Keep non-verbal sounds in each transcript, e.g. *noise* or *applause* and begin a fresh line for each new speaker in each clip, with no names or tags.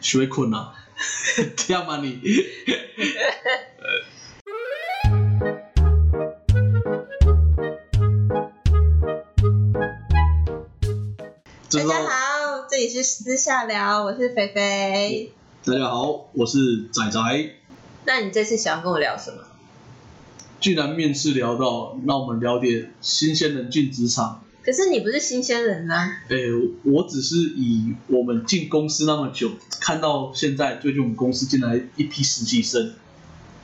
学会困 *laughs* 了，跳吧
*laughs*
你。这
大
是
家好，这里是私下聊，我是肥肥。
大家好，我是仔仔。
那你这次想要跟我聊什么？
既然面试聊到，那我们聊点新鲜人进职场。
可是你不是新鲜人啊，
诶，我只是以我们进公司那么久，看到现在最近我们公司进来一批实习生，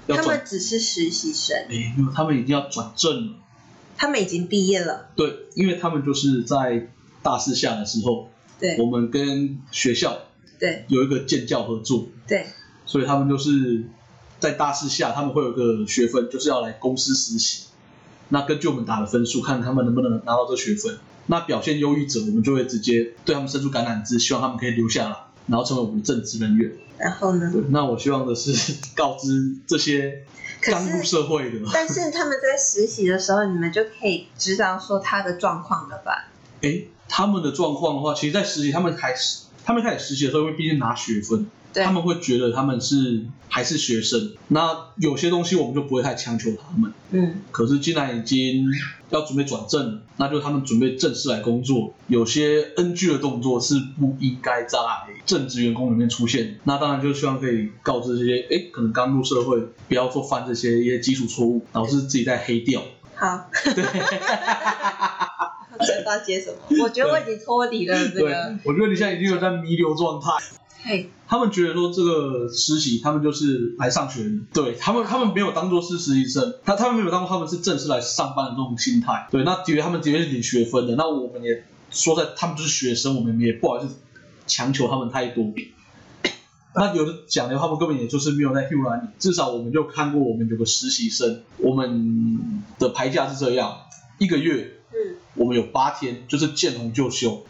要
他
转
们只是实习生，
诶，没有，他们已经要转正了。
他们已经毕业了。
对，因为他们就是在大四下的时候，
对
我们跟学校
对
有一个建教合作，
对，
所以他们就是在大四下，他们会有一个学分，就是要来公司实习。那根据我们打的分数，看他们能不能拿到这学分。那表现优异者，我们就会直接对他们伸出橄榄枝，希望他们可以留下来，然后成为我们的正职人员。
然后呢？
对，那我希望的是 *laughs* 告知这些
可
刚入
是，
社会的，
但是他们在实习的时候，你们就可以知道说他的状况了吧？
诶，他们的状况的话，其实，在实习他们还是他们开始实习的时候，因为毕竟拿学分，
对
他们会觉得他们是还是学生。那有些东西我们就不会太强求他们。
嗯，
可是既然已经要准备转正了，那就他们准备正式来工作，有些 NG 的动作是不应该在正职员工里面出现的。那当然就希望可以告知这些，哎，可能刚入社会，不要说犯这些一些基础错误，导致自己在黑掉。
好。不知道接什么，我觉得我已经脱离了这
对
个。，
我觉得你现在已经有在弥留状态。
嘿，
他们觉得说这个实习，他们就是来上学的，对他们，他们没有当做是实习生，他他们没有当做他们是正式来上班的这种心态。对，那的确他们的确是领学分的，那我们也说在他们就是学生，我们也不好意思强求他们太多。那有的讲的，他们根本也就是没有在 Q 你，至少我们就看过我们有个实习生，我们的排假是这样，一个月
嗯，
我们有八天，就是见红就休，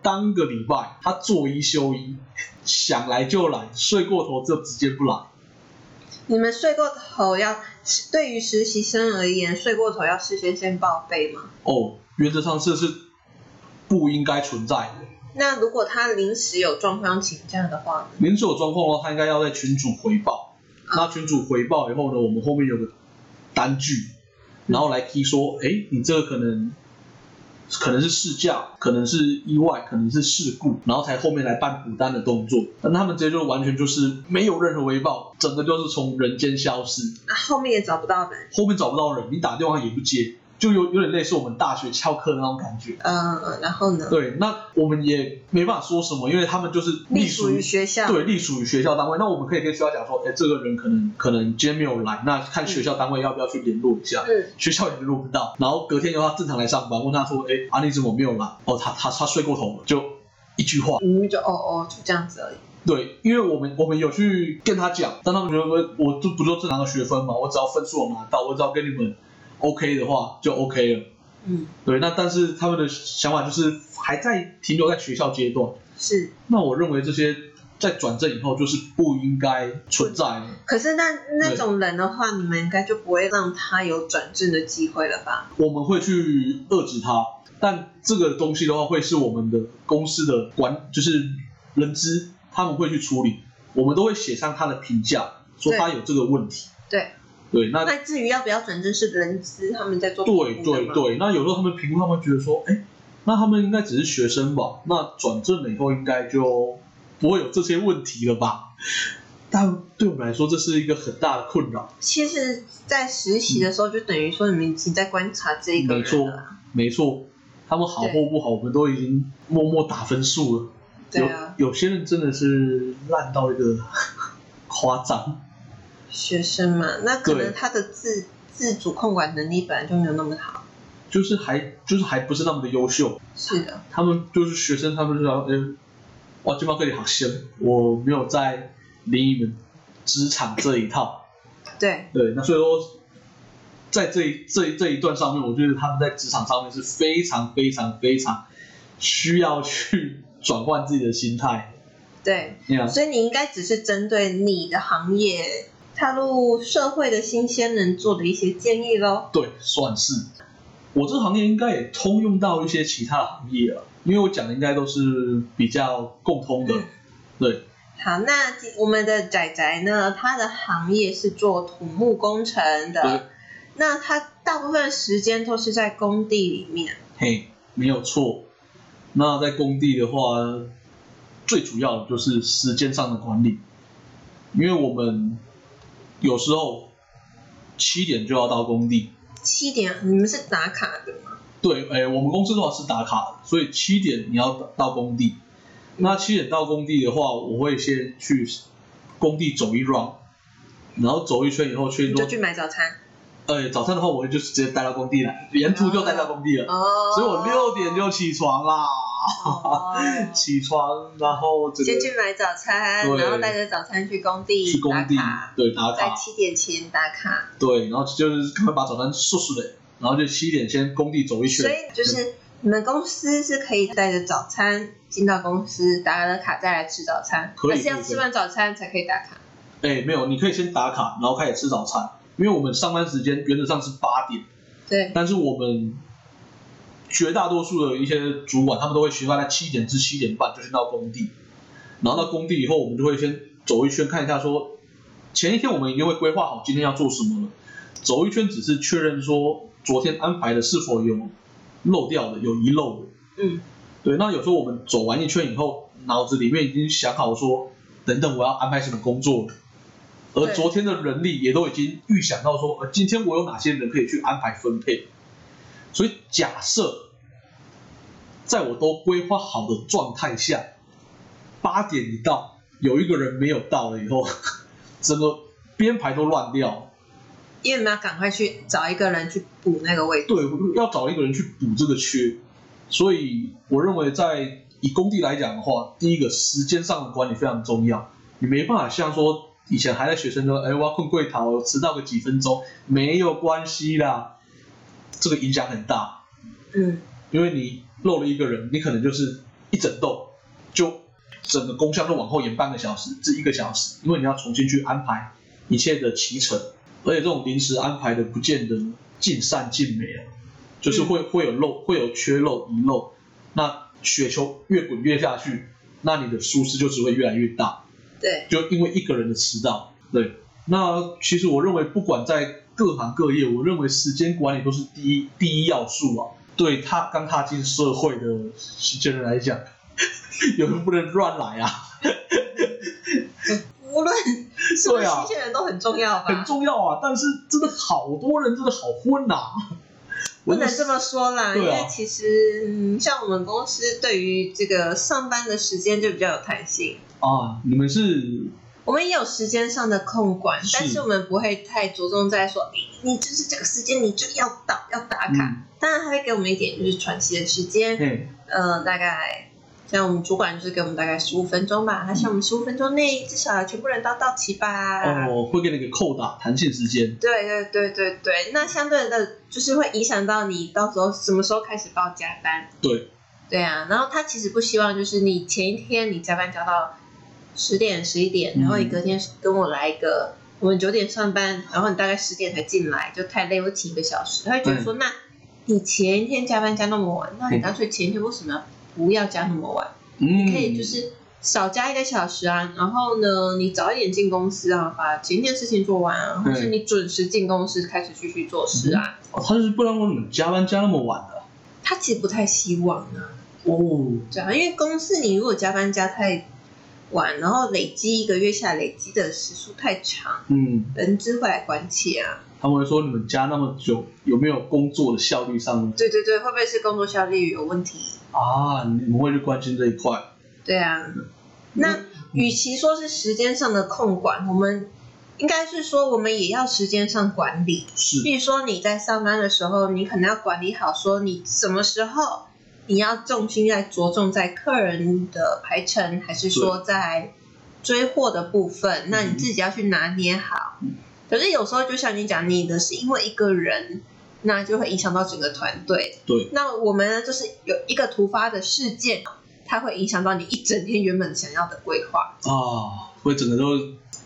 当个礼拜他做一休一，想来就来，睡过头就直接不来。
你们睡过头要，对于实习生而言，睡过头要事先先报备吗？
哦，原则上这是不应该存在的。
那如果他临时有状况请假的话呢？
临时有状况的话，他应该要在群主回报。那群主回报以后呢，我们后面有个单据，然后来提说，哎，你这个可能可能是事假，可能是意外，可能是事故，然后才后面来办补单的动作。但他们直接就完全就是没有任何回报，整个就是从人间消失，
啊，后面也找不到人。
后面找不到人，你打电话也不接，就有有点类似我们大学翘课的那种感觉。
呃，然后呢？
对，那我们也没办法说什么，因为他们就是
隶
属
属于学校。
对，隶属于学校单位。那我们可以跟学校讲说，哎，这个人可能可能今天没有来，那看学校单位要不要去联络一下。
嗯，
*laughs* 学校也联络不到，然后隔天由他正常来上班，问他说，哎，啊你怎么没有来？哦，他他他睡过头了，就一句话。
你们就哦哦，就这样子而已。
对，因为我们我们有去跟他讲，但他们觉得我我就不就正常的学分嘛，我只要分数我拿到，我只要跟你们 OK 的话就 OK 了。
嗯，
对，那但是他们的想法就是还在停留在学校阶段。
是。
那我认为这些在转正以后就是不应该存在的。
可是那那种人的话，你们应该就不会让他有转正的机会了吧？
我们会去遏制它，但这个东西的话，会是我们的公司的管，就是人资他们会去处理，我们都会写上他的评价，说他有这个问题。
对。
对，那
嗯那至于要不要转正，是人资他们在做
对
评估的
对
嘛。
对，那有时候他们评估，他们觉得说，哎，那他们应该只是学生吧？那转正了以后，应该就不会有这些问题了吧？但对我们来说，这是一个很大的困扰。
其实，在实习的时候，就等于说你们已经在观察这一个
没
人
错
了啦。，
没错，他们好或不好，我们都已经默默打分数了。
对啊，
有有些人真的是烂到一个 *laughs* 夸张。
学生嘛，那可
对
能他的自自主控管能力本来就没有那么好。
就是还就是还不是那么的优秀，
是的，
他们就是学生，他们就说，哎，哇，这帮跟你好像，我没有在理你们职场这一套，
对。
对，那所以说，在这一这一这一段上面，我觉得他们在职场上面是非常非常非常需要去转换自己的心态，
对，
那样
所以你应该只是针对你的行业踏入社会的新鲜人做的一些建议喽。
对，算是。我这个行业应该也通用到一些其他行业了，因为我讲的应该都是比较共通的。
嗯
对，
好，那今我们的仔仔呢，他的行业是做土木工程
对
的，那他大部分时间都是在工地里面。
嘿，没有错。那在工地的话，最主要的就是时间上的管理，因为我们有时候七点就要到工地。
七点，你们是打卡的吗？
对，哎，我们公司的话是打卡的，所以七点你要到工地。那七点到工地的话，我会先去工地走一 round，然后走一圈以后确
你
认
就
说，
去买早餐
*laughs* 呃，早餐的话我就直接带到工地来，沿途就带到工地了，
哦。
所以我六点就起床啦。 *laughs*
哦
起床，然后这个
先去买早餐，
对
然后带着早餐去工地
去工地
打卡，，
对，打
在
卡，
七点前打卡。
对，然后就是赶快把早餐收拾了，然后就七点先工地走一
所
圈，
以
嗯
就是你们公司是可以带着早餐进到公司打了卡再来吃早餐，
可以
还是要
可以
吃完早餐才可以打卡？
哎，没有，你可以先打卡，然后开始吃早餐，因为我们上班时间原则上是八点，
对，
但是我们绝大多数的一些主管他们都会习惯在七点至七点半就先到工地，然后到工地以后，我们就会先走一圈看一下说，前一天我们一定会规划好今天要做什么了，走一圈只是确认说昨天安排的是否有漏掉的，有遗漏的。
嗯，
对，那有时候我们走完一圈以后，脑子里面已经想好说，等等我要安排什么工作了，而
对
昨天的人力也都已经预想到说，呃，今天我有哪些人可以去安排分配。所以假设在我都规划好的状态下，八点一到，有一个人没有到了以后， *laughs* 整个编排都乱掉了。
因为我们要赶快去找一个人去补那个位置。
对，要找一个人去补这个缺，所以我认为在以工地来讲的话，第一个时间上的管理非常重要，你没办法像说以前还在学生说，哎，我要困柜台，我迟到个几分钟没有关系啦，这个影响很大，
嗯，
因为你漏了一个人，你可能就是一整栋就整个工项都往后延半个小时至一个小时，因为你要重新去安排一切的骑程，而且这种临时安排的不见得尽善尽美啊，就是会、会有漏，会有缺漏遗漏，那雪球越滚越下去，那你的疏失就只会越来越大。
对，
就因为一个人的迟到。对，那其实我认为，不管在各行各业，我认为时间管理都是第一第一要素啊。对他刚踏进社会的时间人来讲， *laughs* 有人不能乱来啊，
无论是不
对
是
啊
新鲜人都很重要吧？
很重要啊。但是真的好多人真的好混呐、
不
我
能这么说啦，因
对啊
为其实，嗯，像我们公司对于这个上班的时间就比较有弹性，
啊，你们是
我们也有时间上的控管，
是
但是我们不会太着重在说，哎，你就是这个时间你就要到要打卡。
嗯，
当然，他会给我们一点就是喘息的时间，
嘿，
呃，大概像我们主管就是给我们大概十五分钟吧，他希望我们十五分钟内至少全部人都到齐吧。
哦，会给你个扣打弹性时间，
对对对对对，那相对的，就是会影响到你到时候什么时候开始报加班。
对。
对啊，然后他其实不希望就是你前一天你加班加到十点十一点，
嗯
然后你隔天跟我来一个，我们九点上班，然后你大概十点才进来，就太累，我请一个小时。他会觉得说，那你前一天加班加那么晚，那你
嗯
干脆前一天为什么不要加那么晚？
嗯，
可以就是少加一个小时啊，然后呢，你早一点进公司啊，把前天事情做完啊，或
对
是你准时进公司开始继续做事啊。
哦，他就是不然我怎么加班加那么晚的？
他其实不太希望啊，
哦，
对啊，因为公司你如果加班加太晚，然后累积一个月下来累积的时数太长，
嗯，
人资会来关切啊。
他们会说你们加那么久，有没有工作的效率上面
对对对，会不会是工作效率有问题？
啊？你们会去关心这一块？
对啊，那与其说是时间上的控管，我们应该是说我们也要时间上管理。
是
比如说你在上班的时候，你可能要管理好，说你什么时候你要重心在着重在客人的排程，还是说在追货的部分，那你自己要去拿捏好。可是有时候就像你讲，你的是因为一个人，那就会影响到整个团队。
对，
那我们呢，就是有一个突发的事件，它会影响到你一整天原本想要的规划。
啊，会整个都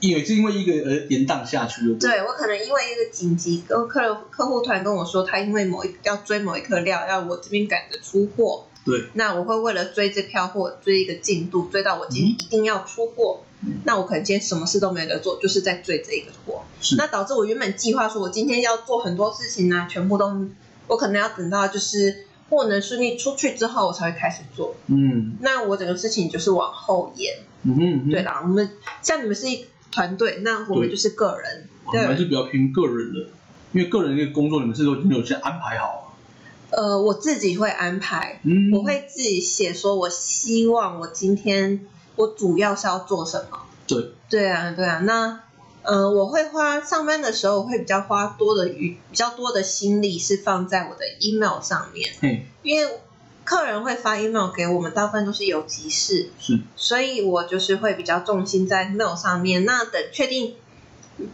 因为是因为一个呃延宕下去了。
对我可能因为一个紧急，跟客人客户突然跟我说，他因为某一要追某一颗料，要我这边赶着出货，
对，
那我会为了追这票货，追一个进度，追到我今天一定要出货，
嗯
那我可能今天什么事都没得做，就是在追这一个货。
是
那导致我原本计划说我今天要做很多事情呢、全部都我可能要等到就是货能顺利出去之后，我才会开始做。
嗯
那我整个事情就是往后延。
嗯哼，
对啦，我们像你们是一团队，那我们
对
就是个人。
我们还
对，
是比较偏个人的，因为个人的工作你们是都已经有先安排好了，
呃，我自己会安排，
嗯，
我会自己写说，我希望我今天我主要是要做什么。
对，
对啊，对啊，那呃，我会花上班的时候，我会比较花多的余比较多的心力是放在我的 email 上面，
嘿，
因为客人会发 email 给我们，大部分都是有急事，
是，
所以我就是会比较重心在 mail 上面。那等确定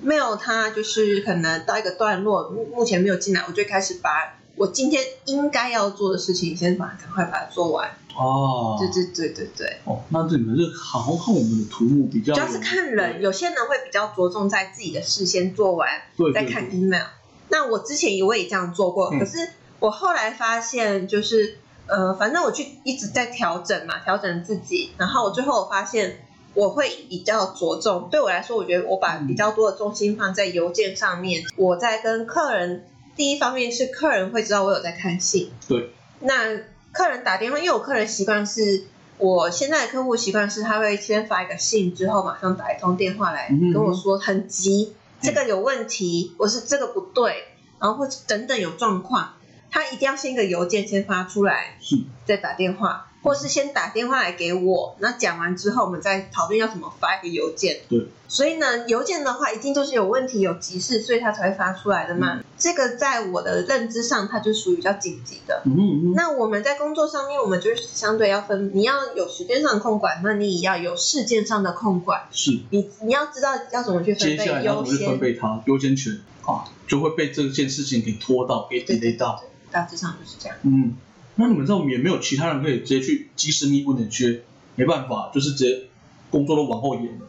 mail 它就是可能到一个段落，目目前没有进来，我就开始把我今天应该要做的事情先把赶快把它做完。
哦，
对对对对对，
哦，那这你们是好看我们的图目比较，
主要是看人，有些人会比较着重在自己的事先做完，
对，对，
再
对
看 email。那我之前也我也这样做过，
嗯
可是我后来发现就是呃，反正我去一直在调整嘛，调整自己，然后我最后我发现我会比较着重，对我来说，我觉得我
嗯
把比较多的重心放在邮件上面，我在跟客人。第一方面是客人会知道我有在看信，
对。
那客人打电话，因为我客人习惯是，我现在的客户习惯是他会先发一个信，之后马上打一通电话来
嗯哼嗯
跟我说很急，这个有问题，我是这个不对，然后或者等等有状况，他一定要先一个邮件先发出来，
是
再打电话，或是先打电话来给我，那讲完之后我们再讨论要怎么发一个邮件。
对，
所以呢，邮件的话一定就是有问题、有急事，所以他才会发出来的
嗯
嘛。这个在我的认知上，它就属于比较紧急的。
嗯哼嗯哼，
那我们在工作上面，我们就是相对要分，你要有时间上的控管，那你也要有事件上的控管。
是，
你你要知道要怎么去
接
分
下来
配
要
优
怎么去分
先，
配它优先权啊，就会被这件事情给拖到，给
对
delay 到，
大致上就是这样。
嗯，那你们这种也没有其他人可以直接去及时弥补你的缺，没办法，就是直接工作都往后延了。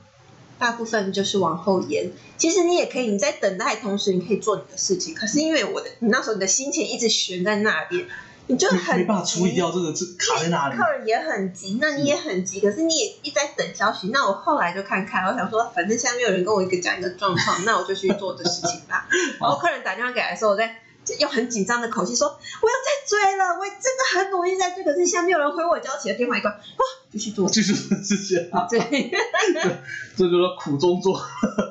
大部分就是往后延。其实你也可以，你在等待的同时，你可以做你的事情。可是因为我的，你那时候你的心情一直悬在那边，你就
没
很
没办法处理
急
掉这个是卡在那里。
客人也很急，那你也
嗯
很急，可是你也一直在等消息。那我后来就看开，我想说，反正现在没有人跟我一个讲一个状况，那我就去做这事情
*laughs*
吧。然后客人打电话给来的时候，我在用很紧张的口气说：“我要再追了，我真的很努力在追，可是现在没有人回我交起的电话一挂，哇，就去做。
就是这些，” *laughs*
对
啊
对
这就是苦中作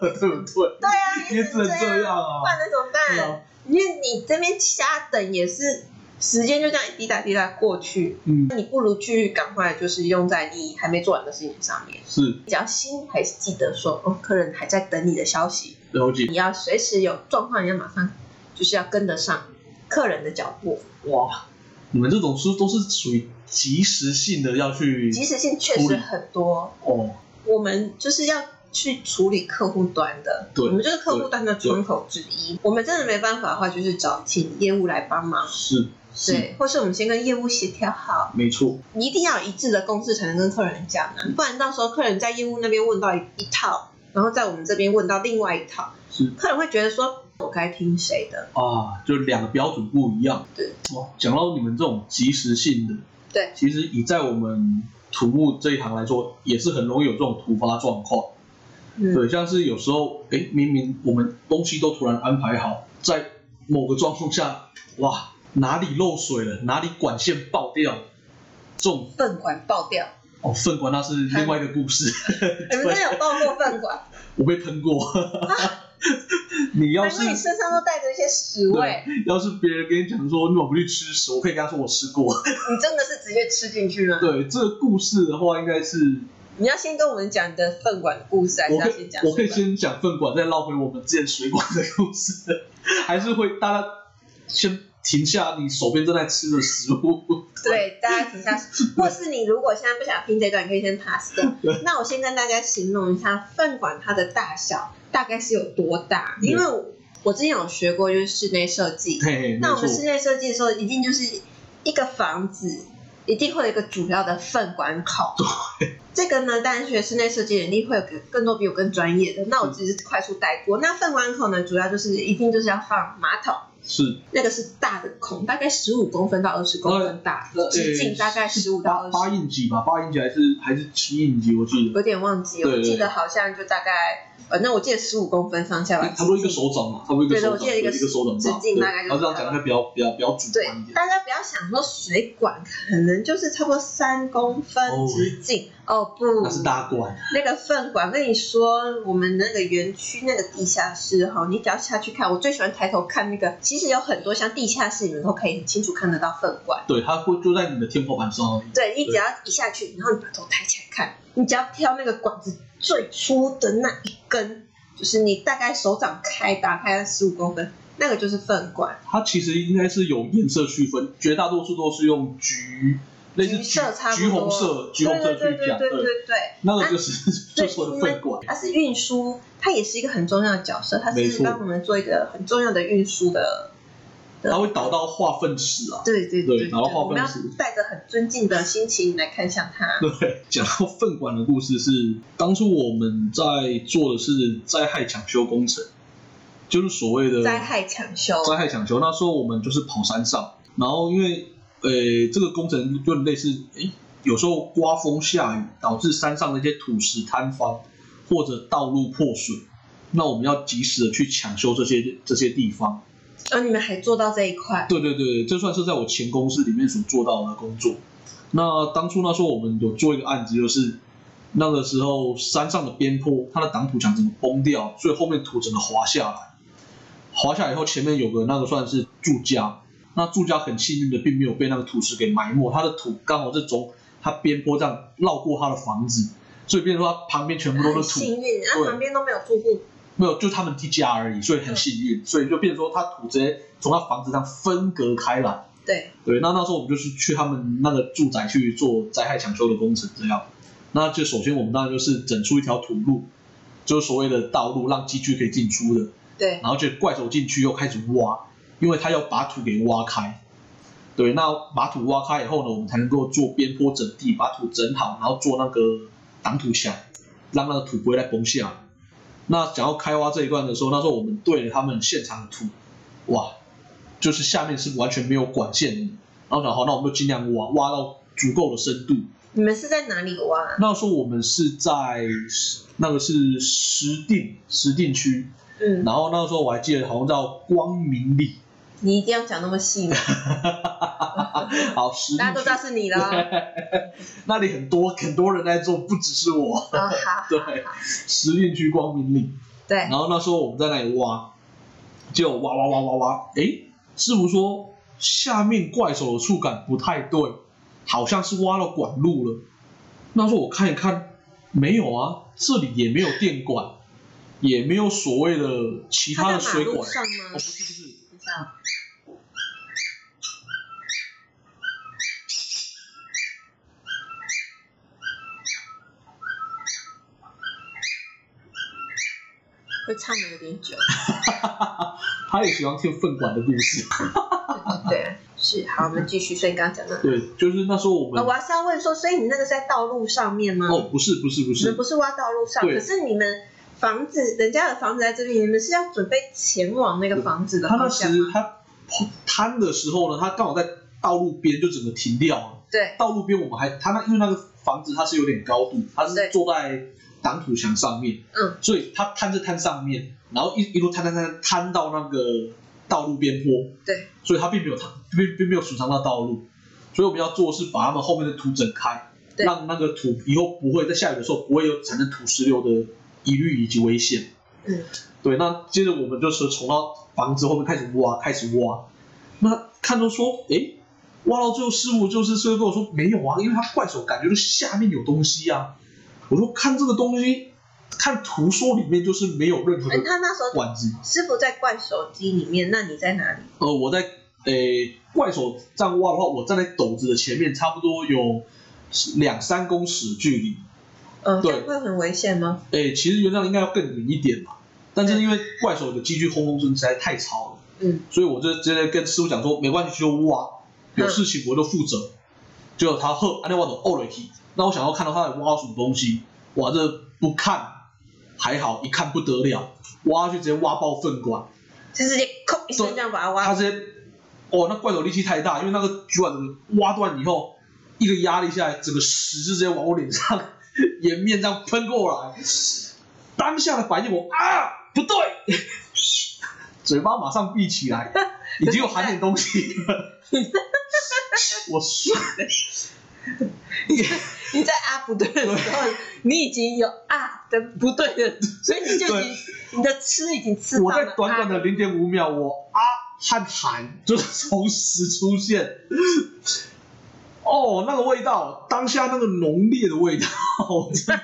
乐， *laughs* 对不对？
啊，
也
也
只
是
能
这
这
样，
样
不
啊。
然能怎么
对
办？
啊，
因为你这边瞎等也是时间就这样滴答滴答过去，
嗯，
那你不如去赶快就是用在你还没做完的事情上面。
是
只要心还是记得说，哦，客人还在等你的消息，
了解。
你要随时有状况，你要马上就是要跟得上客人的脚步。
哇，你们这种书都是属于及时性的，要去
及时性确实很多，
哦，
我们就是要去处理客户端的，
对
我们就是客户端的窗口之一。我们真的没办法的话，就是找请业务来帮忙，
是是，
对，或是我们先跟业务协调好，
没错，
你一定要有一致的共识才能跟客人讲啊，不然到时候客人在业务那边问到一一套，然后在我们这边问到另外一套。
是
客人会觉得说，我该听谁的？
啊，就两个标准不一样。
对，
哦，讲到你们这种及时性的，
对，
其实以在我们土木这一行来说，也是很容易有这种突发状况。
嗯，
对，像是有时候，哎，明明我们东西都突然安排好，在某个状况下，哇，哪里漏水了，哪里管线爆掉，这种
嗯粪管爆掉，
哦，粪管那是另外一个故
*laughs*
事，
你们真的有爆过粪管？
我被喷过。你 *laughs* 要
难
是
怪你身上都带着一些屎味，
要是别人跟你讲说你怎么不去吃屎，我可以跟他说我吃过。
你真的是直接吃进去吗？
对，这个故事的话，应该是
你要先跟我们讲你的粪管的故事，还是
我
要
可以
先讲？
我可以。先讲粪管，再绕回我们之前水管的故事，还是会大家先停下你手边正在吃的食物。
对，大家停下。
*laughs*
或是你如果现在不想听这段，你可以先 pass 掉。那我先跟大家形容一下粪管它的大小大概是有多大，
对
因为我我之前有学过就是室内设计，
嘿嘿，没
那我们室
错，
内设计的时候，一定就是一个房子一定会有一个主要的粪管口。这个呢，当然学室内设计的人一定会有个更多比我更专业的。那我只是快速带过。那粪管口呢，主要就是一定就是要放马桶，
是
那个是大的孔，大概十五公分到二十公分大
呃，
直径大概十五到
八
二十，
印级吧，八印级还是还是七印级，我记得，
有点忘记了，
对
我
对
记得好像就大概，反正我记得十五公分上下吧，
差不多一个手掌嘛，差不多一个
对对
手
我
掌，
记得一
对
个
一个手掌
直
大，
径
对
大概就
然后这样讲会比较比较比较主
对
观一，点。
大家不要想说水管可能就是差不多三公分
哦
直径，哦不，
那是大罐，
那个粪管，我跟你说，我们那个园区那个地下室哈，你只要下去看，我最喜欢抬头看那个，其实有很多像地下室，你们都可以很清楚看得到粪管。
对，它会就在你的天花板上而已。
对，你只要一下去，然后你把头抬起来看，你只要挑那个管子最粗的那一根，就是你大概手掌开打开十五公分，那个就是粪管，
它其实应该是有颜色区分，绝大多数都是用橘，类似
橘色差不多
橘红色、橘红色
对对
去
对
讲，
对对
对，
对对。
那个就是 *laughs*
对，
就说的粪管，
它是运输，它也是一个很重要的角色，它
没
是
错
帮我们做一个很重要的运输的。
它会导到化粪池啊。
对对
对
对，
然后
我们要
化粪池
带着很尊敬的心情来看向它。
对，讲到粪管的故事是，当初我们在做的是灾害抢修工程，就是所谓的
灾害抢修，
灾害抢修。那时候我们就是跑山上，然后因为呃这个工程就类似诶，有时候刮风下雨导致山上那些土石坍方或者道路破损，那我们要及时的去抢修这些这些地方。
而哦你们还做到这一块，
对对对对，这算是在我前公司里面所做到的工作。那当初那时候我们有做一个案子，就是那个时候山上的边坡，它的挡土墙整个崩掉，所以后面土整个滑下来。滑下来以后，前面有个那个算是住家，那住家很幸运的并没有被那个土石给埋没，它的土刚好是从它边坡这样绕过它的房子，所以变成说它旁边全部都
很
是土。
幸运，然后
对
旁边都没有住户，
没有，就他们一家而已，所以很幸运，所以就变成说他土直接从他房子上分隔开来。
对，
对，那那时候我们就是去他们那个住宅去做灾害抢修的工程，这样。那就首先我们当然就是整出一条土路，就是所谓的道路，让机具可以进出的。
对，
然后就怪手进去又开始挖，因为他要把土给挖开。对，那把土挖开以后呢，我们才能够做边坡整地，把土整好，然后做那个挡土墙，让那个土不会再崩下来。那想要开挖这一段的时候，那时候我们对了他们现场的土，哇，就是下面是完全没有管线的。然后想好，那我们就尽量挖，挖到足够的深度。
你们是在哪里挖？
那时候我们是在那个是石定石定区，
嗯，
然后那个时候我还记得好像叫光明里， *laughs*
你一定要讲那么细吗？
好十
大家都知道是你了哦。
*laughs* 那里很多很多人在做，不只是
*laughs*
我。
啊，好，
对，十运区光明里，
对
然，后那时候我们在那里挖，就挖挖挖挖挖，诶，师傅说下面怪手的触感不太对，好像是挖到管路了。那时候我看一看，没有啊，这里也没有电管，也没有所谓的其他
它
的
在马
水管。
路
哦，
上吗
不？是不是， *laughs*
不知道会唱的有点久，
他也喜欢听粪管的故事。
*laughs* 对，啊是好，我们继续。所以你刚刚讲的，
对，就是那时候我们
呃，我还是要问说，所以你那个是在道路上面吗？
哦，不是不是不
你们
是，
不是挖道路上，
对
可是你们房子，人家的房子在这边，你们是要准备前往那个房子的
他那
方向
时
吗？
他摊的时候呢，他刚好在道路边就整个停掉了。
对，
道路边我们还他那因为那个房子它是有点高度，它
对
是坐在挡土墙上面，
嗯，
所以他摊在摊上面，然后一一路摊摊摊摊到那个道路边坡，
对，
所以他并没有摊并并没有损伤到道路，所以我们要做的是把他们后面的土整开，
对
让那个土以后不会在下雨的时候不会有产生土石流的疑虑以及危险。
嗯，
对，那接着我们就是从到房子后面开始挖，开始挖，那看到说，诶，挖到最后师傅就是师傅跟我说没有啊，因为他怪手感觉就是下面有东西啊。我说看这个东西，看图说里面就是没有任何
哎
的
他那时候
管子。
师傅在灌手机里面，那你在哪里？
呃，我在诶怪手这样挖的话，我站在斗子的前面，差不多有两三公尺距离。
嗯，这
对
样会很危险吗？
诶，哎其实原谅应该要更远一点吧，但是因为怪手的机具轰轰声实在太吵了，
嗯，
所以我就直接跟师傅讲说，没关系，就挖，有事情我就负责。结果他啊呵，安内挖走奥瑞奇，哦那我想要看到他有挖到什么东西，哇，这不看还好，一看不得了，挖下去直接挖爆粪管，
就直接扣一声这样把它挖
他直接，哦，那怪手力气太大，因为那个主管整个挖断以后，一个压力下来，整个屎就直接往我脸上 *laughs* 颜面这样喷过来。当下的反应我啊，不对， *laughs* 嘴巴马上闭起来，已经有含点东西了。 *laughs* 我 *laughs* 瞬
你在啊不对的时候，你已经有啊的不对的，所以你就已经你的吃已经吃到
我
了
在短短
啊
的零点五秒，我啊和喊就是同时出现。哦，那个味道，当下那个浓烈的味道，我真的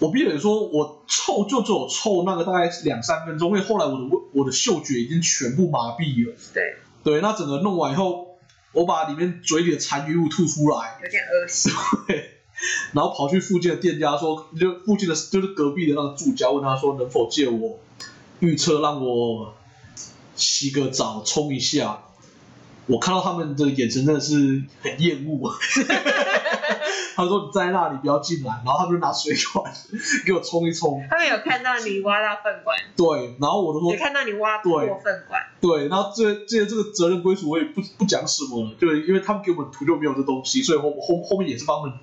我闭着眼说，我臭就只有臭那个大概两三分钟，因为后来我的味我的嗅觉已经全部麻痹了。
对，
对，那整个弄完以后，我把里面嘴里的残余物吐出来，
有点恶心。
然后跑去附近的店家说，就附近的就是隔壁的那个住家，问他说能否借我预测让我洗个澡冲一下。我看到他们的眼神真的是很厌恶， *laughs* 他说你站在那里不要进来，然后他们就拿水管 *laughs* 给我冲一冲，
他们有看到你挖到粪管，
对，然后我就说
也看到你挖破粪管，
对，然后这这这个责任归属我也不不讲什么了，对，因为他们给我们图就没有这东西，所以后后后面也是帮他们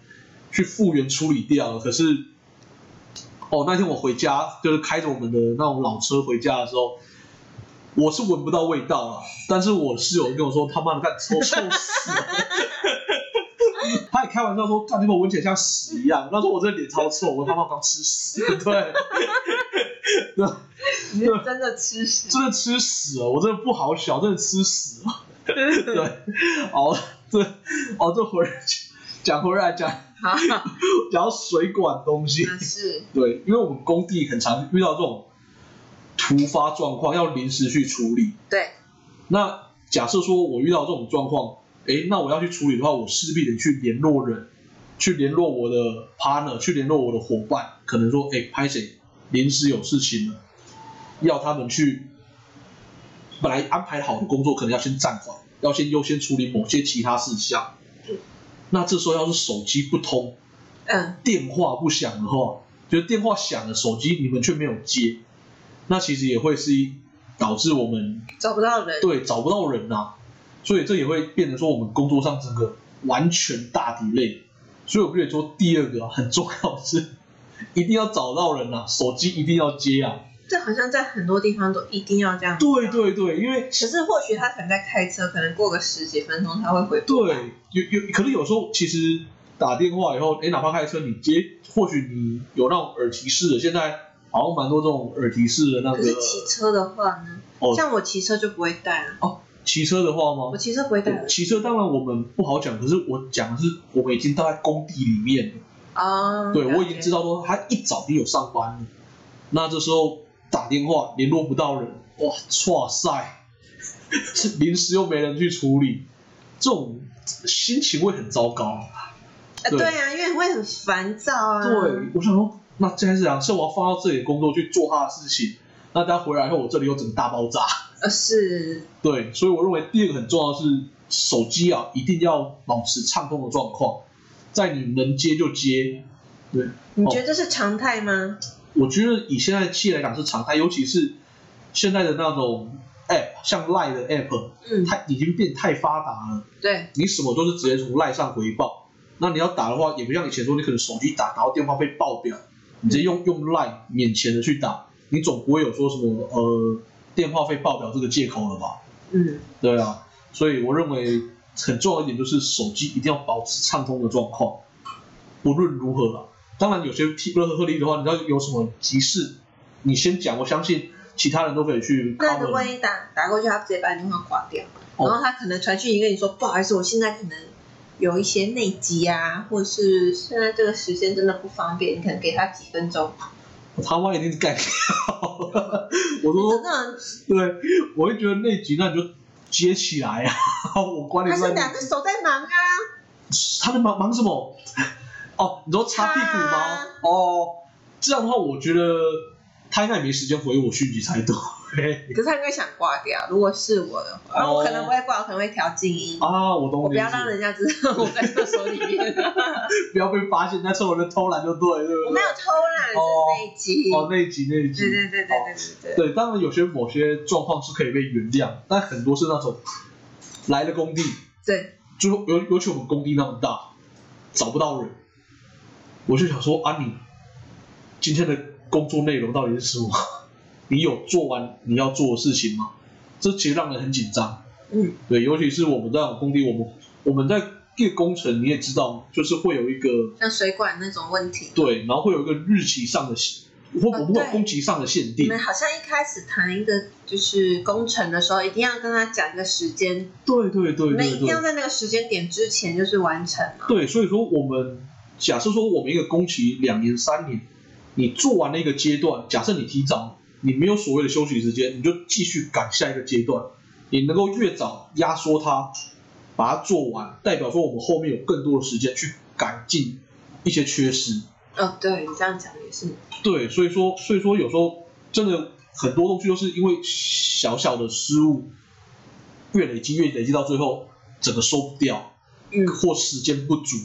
去复原处理掉了。可是，哦，那天我回家就是开着我们的那种老车回家的时候，我是闻不到味道了，但是我室友跟我说他妈的干臭臭死了。他也开玩笑说：“干，你把我闻起来像屎一样。”那时候我这脸超臭，我他妈刚吃屎。对，
你是真的吃屎。
真的吃屎了，我真的不好小，真的吃屎了。 *laughs* *laughs* 对，哦，这哦这回讲回来讲
好，
讲到水管东西，
那是
对，因为我们工地很常遇到这种突发状况，要临时去处理。
对
那假设说我遇到这种状况，诶，那我要去处理的话，我势必得去联络人，去联络我的 partner，去联络我的伙伴，可能说，诶，拍谁临时有事情了，要他们去，本来安排好的工作可能要先暂缓，要先优先处理某些其他事项。那这时候要是手机不通，
嗯，
电话不响的话，就是电话响了，手机你们却没有接，那其实也会是一导致我们
找不到人，
对，找不到人呐、所以这也会变成说我们工作上整个完全大 delay。所以我不得说第二个、啊、很重要的是，一定要找到人呐、手机一定要接啊。
这好像在很多地方都一定要这样。
对对对，因为
可是或许他可能在开车，可能过个十几分钟他会回。
对有有，可是有时候其实打电话以后，哎，哪怕开车你接，或许你有那种耳提式的，现在好像蛮多这种耳提式的那
可
个
是骑车的话呢？
哦
像我骑车就不会带了，
骑车的话
我
吗？
骑车不会带了。
骑车当然我们不好讲，可是我讲的是我们已经到在工地里面了。
哦，
对，
了
我
解
已经知道说他一早就有上班了，那这时候打电话联络不到人，哇，哇塞，临时又没人去处理，这种心情会很糟糕。
呃
对
对啊，因为会很烦躁啊。
对，我想说，那现在是讲，是我要放到这里的工作去做他的事情，那他回来后，我这里有整个大爆炸。
呃，是，
对，所以我认为第二个很重要的是手机啊，一定要保持畅通的状况，在你能接就接。对，
你觉得这是常态吗？
我觉得以现在企业来讲是常态，尤其是现在的那种 app，像 Line 的 app，
嗯，
它已经变太发达了，
对，
你什么都是直接从 Line 上回报。那你要打的话，也不像以前说你可能手机打，然后电话被爆掉，你直接用用 Line 免钱的去打，你总不会有说什么呃电话费爆表这个借口了吧？
嗯，
对啊，所以我认为很重要一点就是手机一定要保持畅通的状况，无论如何啦。当然，有些呃替乐呵呵例的话，你要有什么急事，你先讲，我相信其他人都可以去
那如果
cover。
你打打过去，他直接把你电话挂掉，
哦
然后他可能传讯息跟你说，不好意思，我现在可能有一些内急啊，或者是现在这个时间真的不方便，你可能给他几分
哦
钟。
他妈一定是干掉。我
你
说
整个人
对，我会觉得那集那你就接起来啊，我管你
他
在
是两只手在忙啊，
他在忙忙什么？哦，你说擦屁股吗？
擦
哦，这样的话，我觉得他应该也没时间回我讯息才对。
可是他应该想挂掉。如果是我的话，然后我可能
哦
不会挂，我可能会调静音，
啊，我懂
我
你的
不
意
要
思，
让人家知道我在厕所里面。
*laughs* 不要被发现，在厕所里面偷懒就对，对
我
不
没
对
有？偷懒，是那一集。
哦，那一集那一集
对，对对对对对对。
对，当然有些某些状况是可以被原谅，但很多是那种来了工地，
对，
就尤尤其我们工地那么大，找不到人，我就想说啊，你今天的工作内容到底是什么？你有做完你要做的事情吗？这其实让人很紧张。
嗯，
对，尤其是我们在我们工地，我们我们在一个工程，你也知道，就是会有一个
像水管那种问题，
对，然后会有一个日期上的限，或
哦
不过
对
工期上的限
你
定
们。好像一开始谈一个就是工程的时候，一定要跟他讲一个时间，
对对对
你们
对
一定
对
要。在那个时间点之前就是完成嘛。
对，所以说我们假设说我们一个工期两年三年，你做完了一个阶段，假设你提早，你没有所谓的休息时间，你就继续赶下一个阶段。你能够越早压缩它，把它做完，代表说我们后面有更多的时间去改进一些缺失。
哦，对你这样讲也是，
对，所以说，所以说有时候真的很多东西都是因为小小的失误，越累积越累积到最后，整个收不掉，
嗯，
或时间不足。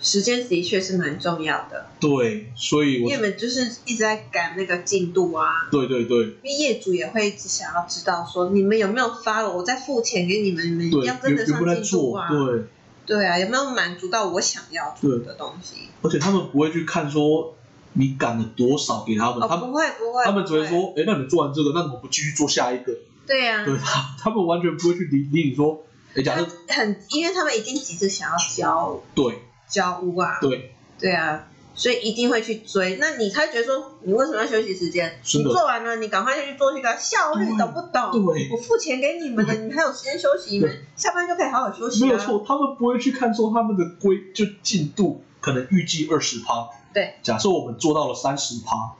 时间的确是蛮重要的。
对，所以我
因为你们就是一直在赶那个进度啊，
对对对
因为业主也会一直想要知道说你们有没有发了，我在付钱给你们，你们
对，
要跟
有
得
有
上
不在
进度
做
啊，，
对，
对啊，有没有满足到我想要做的东西？
而且他们不会去看说你赶了多少给他们，
哦，
他们
不会不会，嗯
他们只会
不
说，哎，那你做完这个，那怎么不继续做下一个？
对啊呀、
对他，他们完全不会去理理你说，哎，假
他
设
很，因为他们一定急着想要交
对
交屋啊，
对
对啊，所以一定会去追。那你他觉得说，你为什么要休息时间？
是
你
的
做完了，你赶快就去做去个效率
对
懂不懂？
对，
我付钱给你们的，你们还有时间休息，你们下班就可以好好休息
没有
啊。
错，他们不会去看说他们的规就进度可能预计二十趴，
对，
假设我们做到了三十趴，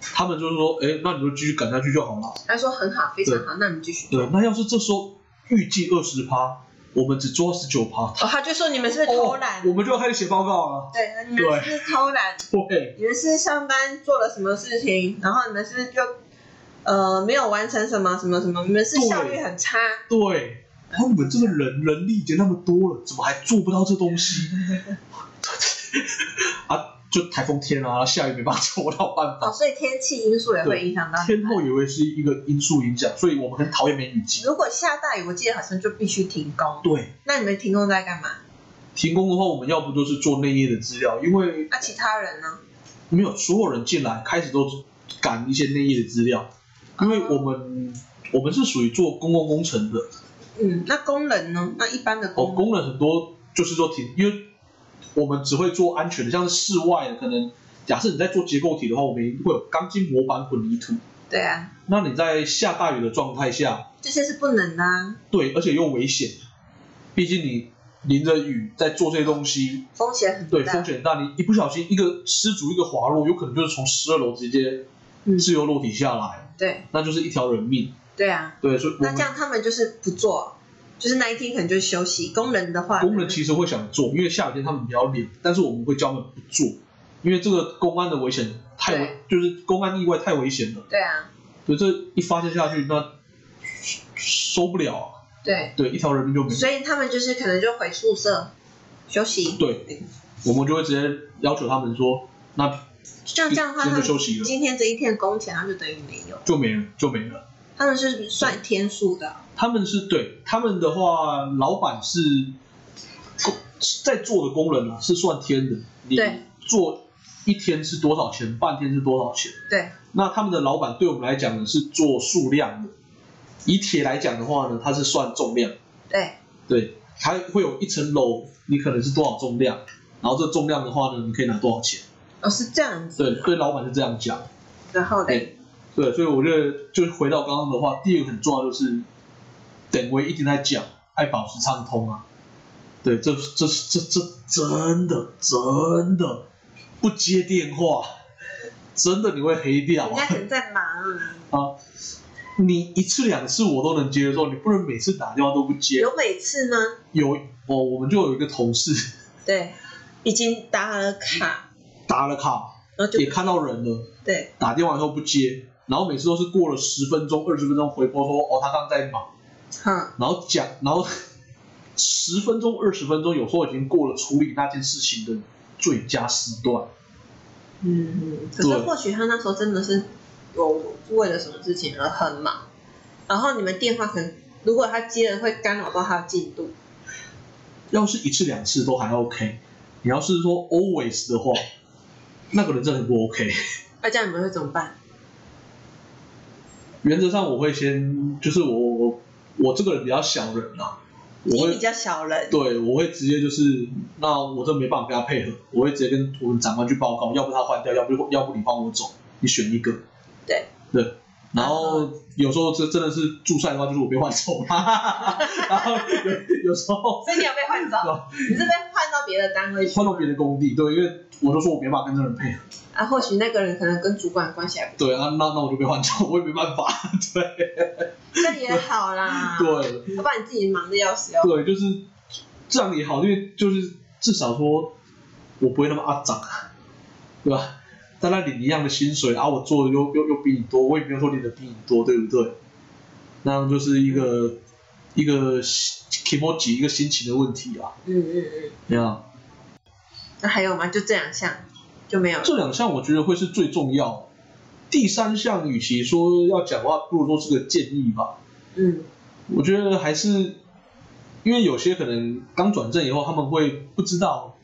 他们就是说，哎，那你就继续赶下去就好了。
他说很好，非常好，那你继续做。
对，那要是这时候预计二十趴，我们只做到十九趴，哦
哦，他就说你们是不是偷懒？
我们就要开始写报告了。
对，你们是不是偷懒？
对，
你们是不是上班做了什么事情，然后你们是不是就呃没有完成什么什么什么？你们是效率很差。
对，然后你们这个人人力已经那么多了，怎么还做不到这东
*laughs*
西？啊，就台风天啊，下雨没办法做，我哪有办
哦，
法。
所以天气因素也会影响到。
天后也会是一个因素影响，所以我们很讨厌梅雨季。
如果下大雨，我记得好像就必须停工。
对，
那你们停工在干嘛？
停工的话，我们要不就是做内页的资料，因为
那、其他人呢？
没有所有人进来，开始都赶一些内页的资料，因为我们我们是属于做公共工程的，
嗯，那工人呢？那一般的
哦，
工人
工人很多就是说停，因为我们只会做安全的，像是室外的，可能假设你在做结构体的话，我们一定会有钢筋、模板、混凝土。
对啊，
那你在下大雨的状态下，
这些是不能的、啊，
对，而且又危险，毕竟你淋着雨在做这些东西，
风险很
对，
大。
风险很大。你一不小心一个失足，一个滑落，有可能就是从十二楼直接
嗯
自由落体下来，
对
那就是一条人命。
对啊，
对，所以我
那这
们
样他们就是不做，就是那一天可能就休息。工人的话，
工人其实会想做，因为下雨天他们比较凉，但是我们会叫他们不做，因为这个公安的危险太危，就是公安意外太危险了。
对啊，
所以这一发泄下去，那收不了啊、
对，
对，一条人命就没了。
所以他们就是可能就回宿舍休息。
对，我们就会直接要求他们说，那
这样这样的
今
话，他
天
们
就休息了
今天这一天的工钱，他就等于没有。
就没了，就没了。
他们是算天数的，
他们是对他们的话，老板是工在做的工人啊，是算天的。你
对
做一天是多少钱？半天是多少钱？
对，
那他们的老板对我们来讲呢是做数量的，以铁来讲的话呢，它是算重量，
对，
对，它会有一层楼，你可能是多少重量，然后这重量的话呢，你可以拿多少钱，
哦是这样子。
对，对，老板是这样讲，
然后嘞，
对，对，所以我觉得就是回到刚刚的话，第一个很重要就是，等我一直在讲，爱保持畅通啊，对，这这这这真的真的不接电话，真的你会黑掉
人
啊
家。可能在忙，
啊，你一次两次我都能接受，你不能每次打电话都不接。
有每次吗？
有哦，我们就有一个同事
对，已经打了卡，
打了卡，
然后就
也看到人了，
对
打电话以后不接，然后每次都是过了十分钟、二十分钟回拨说哦他刚刚在忙，
哼
然后讲，然后十分钟、二十分钟，有时候已经过了处理那件事情的最佳时段。
嗯，可是
对
或许他那时候真的是有为了什么事情而很忙，然后你们电话可能如果他接了会干扰到他的进度，
要是一次两次都还 OK，你要是说 always 的话，那个人真的很不 OK。 *laughs*
那这样你们会怎么办？
原则上我会先，就是我我我这个人比较小人啊，
你
我
比
会
较小人，
对我会直接就是，那我真没办法跟他配合，我会直接跟我们长官去报告，要不他换掉，要不要不你放我走，你选一个。
对
对，然后有时候这真的是驻帅的话，就是我被换走啦。然后有有时候
所以你有被换走，你是被换到别的单位去
换到别的工地，对，因为我就说我没办法跟这个人配合。
啊，或许那个人可能跟主管关系还不
对啊，那那我就被换掉，我也没办法。 *laughs* 对
这也好啦，，
对
要不然你自己忙的要死要哦活。
对，就是这样也好，因为就是至少说我不会那么阿长，对吧？在那领一样的薪水，啊，我做的又又又比你多，我也没有说领的比你多，对不对？那样就是一个一个 emoji 一个心情的问题啊，
嗯嗯嗯，
对啊，
那还有吗？就这两项就没有了。
这两项我觉得会是最重要的。第三项，与其说要讲的话，不如说是个建议吧。
嗯
我觉得还是因为有些可能刚转正以后，他们会不知道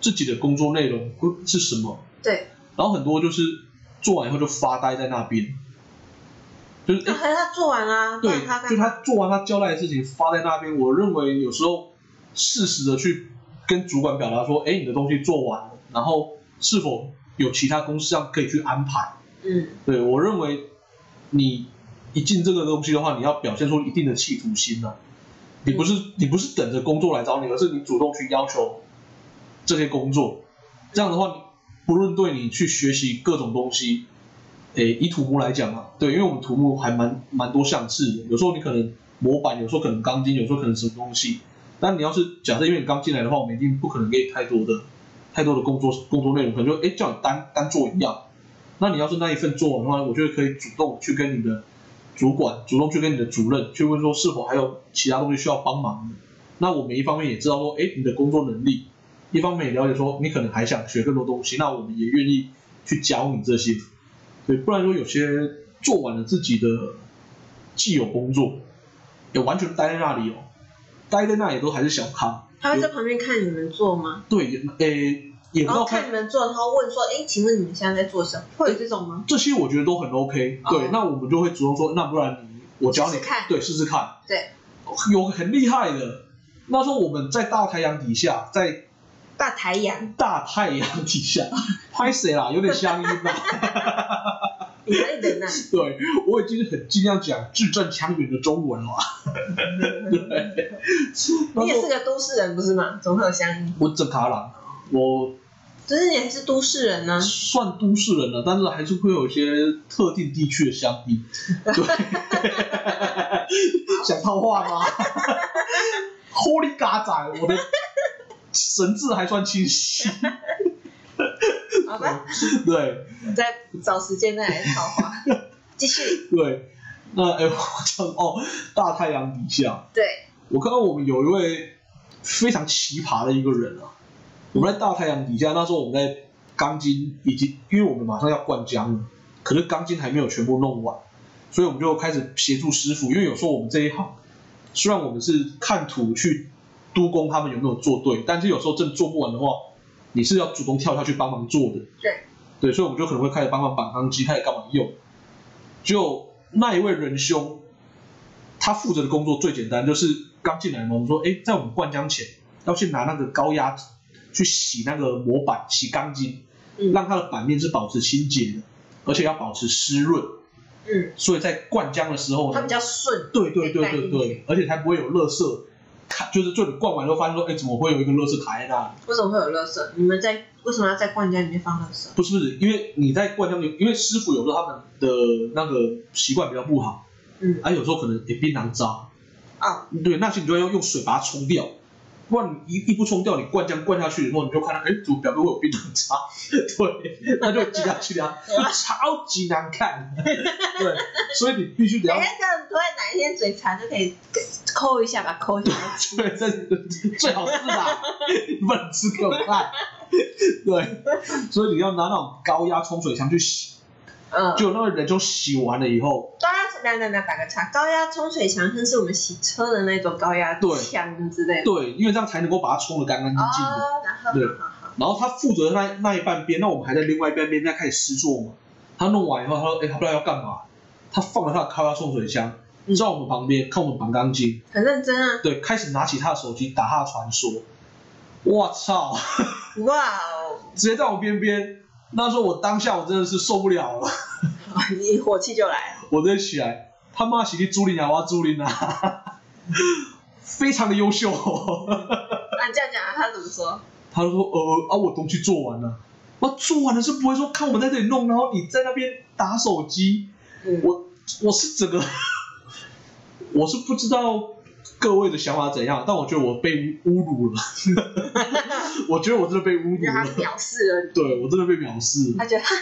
自己的工作内容会是什么，，
对，
然后很多就是做完以后就发呆在那边，就是
那
哎，
还是他做完啦，不
对
然他，干
就
嘛？
他做完他交代的事情发在那边，我认为有时候适时的去跟主管表达说，哎，你的东西做完了，然后是否有其他公司上可以去安排。
嗯
对我认为，你一进这个东西的话，你要表现出一定的企图心啊。你不是你不是等着工作来找你，而是你主动去要求这些工作。这样的话，你不论对你去学习各种东西，诶，以土木来讲啊，对，因为我们土木还蛮蛮多项次的，有时候你可能模板，有时候可能钢筋，有时候可能什么东西。但你要是假设因为你刚进来的话，我们一定不可能给你太多的太多的工作工作内容，可能就诶叫你单单做一样。那你要是那一份做完的话，我觉得可以主动去跟你的主管，主动去跟你的主任去问说是否还有其他东西需要帮忙的。那我们一方面也知道说，哎，你的工作能力，一方面也了解说你可能还想学更多东西，那我们也愿意去教你这些。对，不然说有些做完了自己的既有工作，也完全待在那里哦，待在那里都还是小康。
他会在旁边看你们做吗？
对，也诶也不
然
知道
后看你们做，然后问说：“哎，请问你们现在在做什么？”会有这种吗？
这些我觉得都很 OK、
哦
对，那我们就会主动说，那不然你我教你，
试试看
对，试试看。
对，
有很厉害的。那时候我们在大太阳底下，在
大抬眼，
大太阳底下 *laughs* 拍谁啦？有点乡音
*laughs*
啦。
你哪里啊
*laughs*
人呢？
对，我已经很尽量讲字正腔圆的中文了。那
你
时
也
候
是个都市人不是吗？总会有乡音，
我整卡朗，我
只是你还是都市人呢。
算都市人了，但是还是会有一些特定地区的乡音。对，想套话吗 *laughs* ？Holy 嘎仔，我的神智还算清晰。
好吧，
*laughs* 对
我再找时间再来套话。继续，
对，那哎、我讲哦，大太阳底下，
对，
我看到我们有一位非常奇葩的一个人啊，我们在大太阳底下，那时候我们在钢筋以及，因为我们马上要灌浆了，可是钢筋还没有全部弄完，所以我们就开始协助师傅，因为有时候我们这一行，虽然我们是看图去督工他们有没有做对，但是有时候真的做不完的话，你是要主动跳下去帮忙做的。
对。
对，所以我们就可能会开始帮忙绑钢筋，开始干嘛用。就那一位仁兄，他负责的工作最简单，就是刚进来嘛，我们说，哎，在我们灌浆前要去拿那个高压去洗那个模板，洗钢筋，
嗯
让它的板面是保持清洁的，而且要保持湿润。
嗯，
所以在灌浆的时候
它
呢
比，较顺。
对对对
可以带
对
进去
对，而且才不会有垃圾，看就是就你灌完之后发现说，哎，怎么会有一个垃圾卡在那里？
为什么会有垃圾？你们在为什么要在灌浆里面放垃圾？
不是不是，因为你在灌浆里，因为师傅有时候他们的那个习惯比较不好，
嗯，
啊，有时候可能也槟榔渣，
哦，
对，那些你就要用水把它冲掉。不然你一一步冲掉，你灌浆灌下去以后，你就看到，哎，怎么表面会有冰糖渣？ *laughs* 对，那就挤下去啊，就超级难看。对，所以你必须得要
*laughs* 哎，这样突然哪一天嘴馋就可以抠一下，把它抠下来。
对，这最好是啦， *laughs* 不能吃给我看。对，所以你要拿那种高压冲水枪去洗，
嗯，
就那个人就洗完了以后，
高压来来来，打个叉，高压冲水枪，像是我们洗车的那种高压
对
枪之类的。
对，因为这样才能够把它冲得干干净净的。
哦，然后
对
好好好，
然后他负责那那一半边，那我们还在另外一半边在开始施作嘛。他弄完以后，他说：“哎、他不知道要干嘛。”他放了他的高压冲水枪，
嗯
在我们旁边看我们绑钢筋，
很认真啊！
对，开始拿起他的手机打他的传说。我操！ *laughs*
哇哦，
直接在我边边。那时候我当下我真的是受不了了，
你火气就来了。
我直接起来，他妈洗地朱琳啊，我要朱琳啊， *laughs* 非常的优秀、
那你这样讲啊，他怎么说？
他就说呃啊，我东西做完了，我做完了是不会说看我们在这里弄，然后你在那边打手机，
嗯，
我我是整个 *laughs* 我是不知道各位的想法怎样，但我觉得我被侮辱了， *laughs* 我觉得我真的被侮
让他
辱了，
藐视了你，
对我真的被藐视了。
他觉得哈，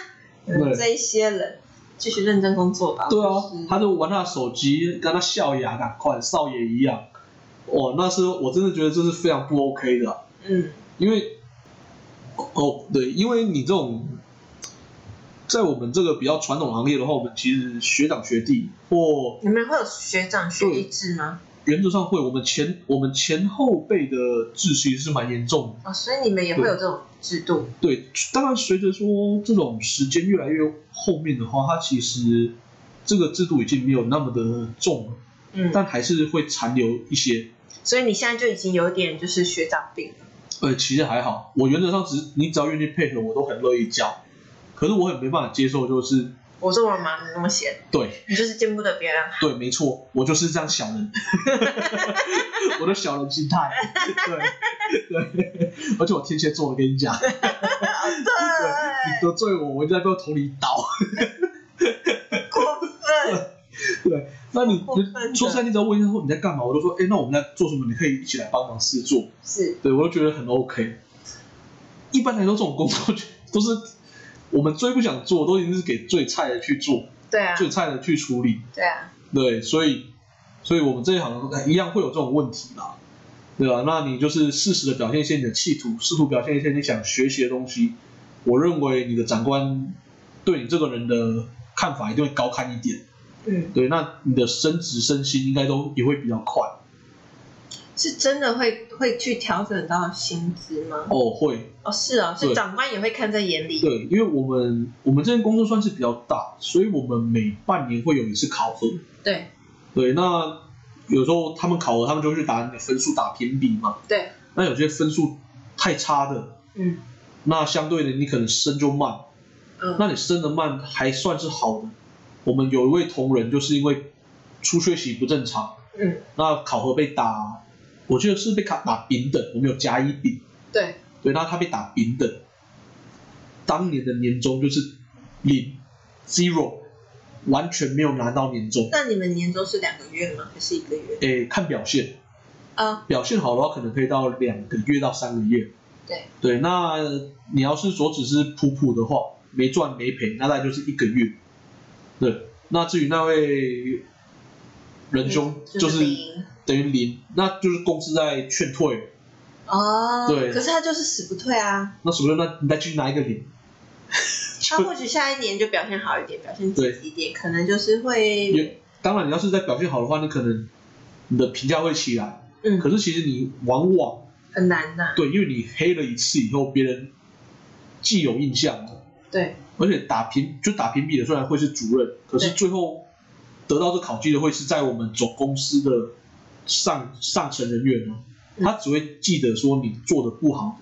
对
这一些人继续认真工作吧。
对
我
啊
就是，
他就玩他的手机，跟他笑牙，赶快少爷一样。哇，那是我真的觉得这是非常不 OK 的啊、
嗯，
因为哦对，因为你这种在我们这个比较传统行业的话，我们其实学长学弟或
你们会有学长学弟制吗？
原则上会，我们前我们前后辈的秩序是蛮严重的。
哦，所以你们也会有这种制度。
对，当然随着说这种时间越来越后面的话，它其实这个制度已经没有那么的重了，
嗯，
但还是会残留一些。
所以你现在就已经有点就是学长病了。
呃，其实还好，我原则上只是你只要愿意配合，我都很乐意教。可是我很没办法接受，就是
我这么忙，你那么闲，
对
你就是见不得 *laughs* 别人好。
对，没错，我就是这样小人， *laughs* 我的小人心态，对对，而且我天蝎座，我跟你讲，你
对，
得罪我，我就在背后捅你一刀。
过分，
那你
过分的
说实在，你只要问一下说你在干嘛，我就说，哎，那我们在做什么？你可以一起来帮忙试做。
*laughs* 是
对我就觉得很 OK。一般来说，这种工作 *laughs* 就都是我们最不想做，都已经是给最菜的去做，
对啊，
最菜的去处理。
对啊，
对，所以，所以我们这一行一样会有这种问题啦，对吧？那你就是适时的表现一些你的企图，试图表现一些你想学习的东西。我认为你的长官对你这个人的看法一定会高看一点，
嗯，
对，那你的升职升薪应该都也会比较快
是真的会会去调整到薪资吗？
哦，会，
哦，是哦，
对
是长官也会看在眼里。
对，因为我们我们这间公司算是比较大，所以我们每半年会有一次考核，
对
对，那有时候他们考核，他们就会去打你的分数打评比嘛，
对，
那有些分数太差的，
嗯
那相对的，你可能升就慢，
嗯
那你升的慢还算是好的。我们有一位同仁就是因为出缺席不正常，
嗯，
那考核被打，我记得是被卡打丙等，我们有甲乙丙，
对，
对，那他被打丙等，当年的年终就是零 zero，完全没有拿到年终，
那你们年终是两个月吗？还是一个月？
诶，看表现，
啊，
表现好的话可能可以到两个月到三个月，
对
对，那你要是说只是普普的话，没赚没赔，那大概就是一个月。对，那至于那位仁兄，
嗯
就
就是是零
等于零，那就是公司在劝退，
哦，
对
可是他就是死不退啊。
那是不是那你再去拿一个零？
他或许下一年就表现好一点，表现积极一点，可能就是
也
会，
当然，你要是在表现好的话，你可能你的评价会起来。
嗯，
可是其实你往往
很难呐、
对，因为你黑了一次以后，别人既有印象了。
对，
而且打评就打评比的虽然会是主任，可是
对
最后得到这考绩的会是在我们总公司的上上层人员哦，
嗯
他只会记得说你做的不好，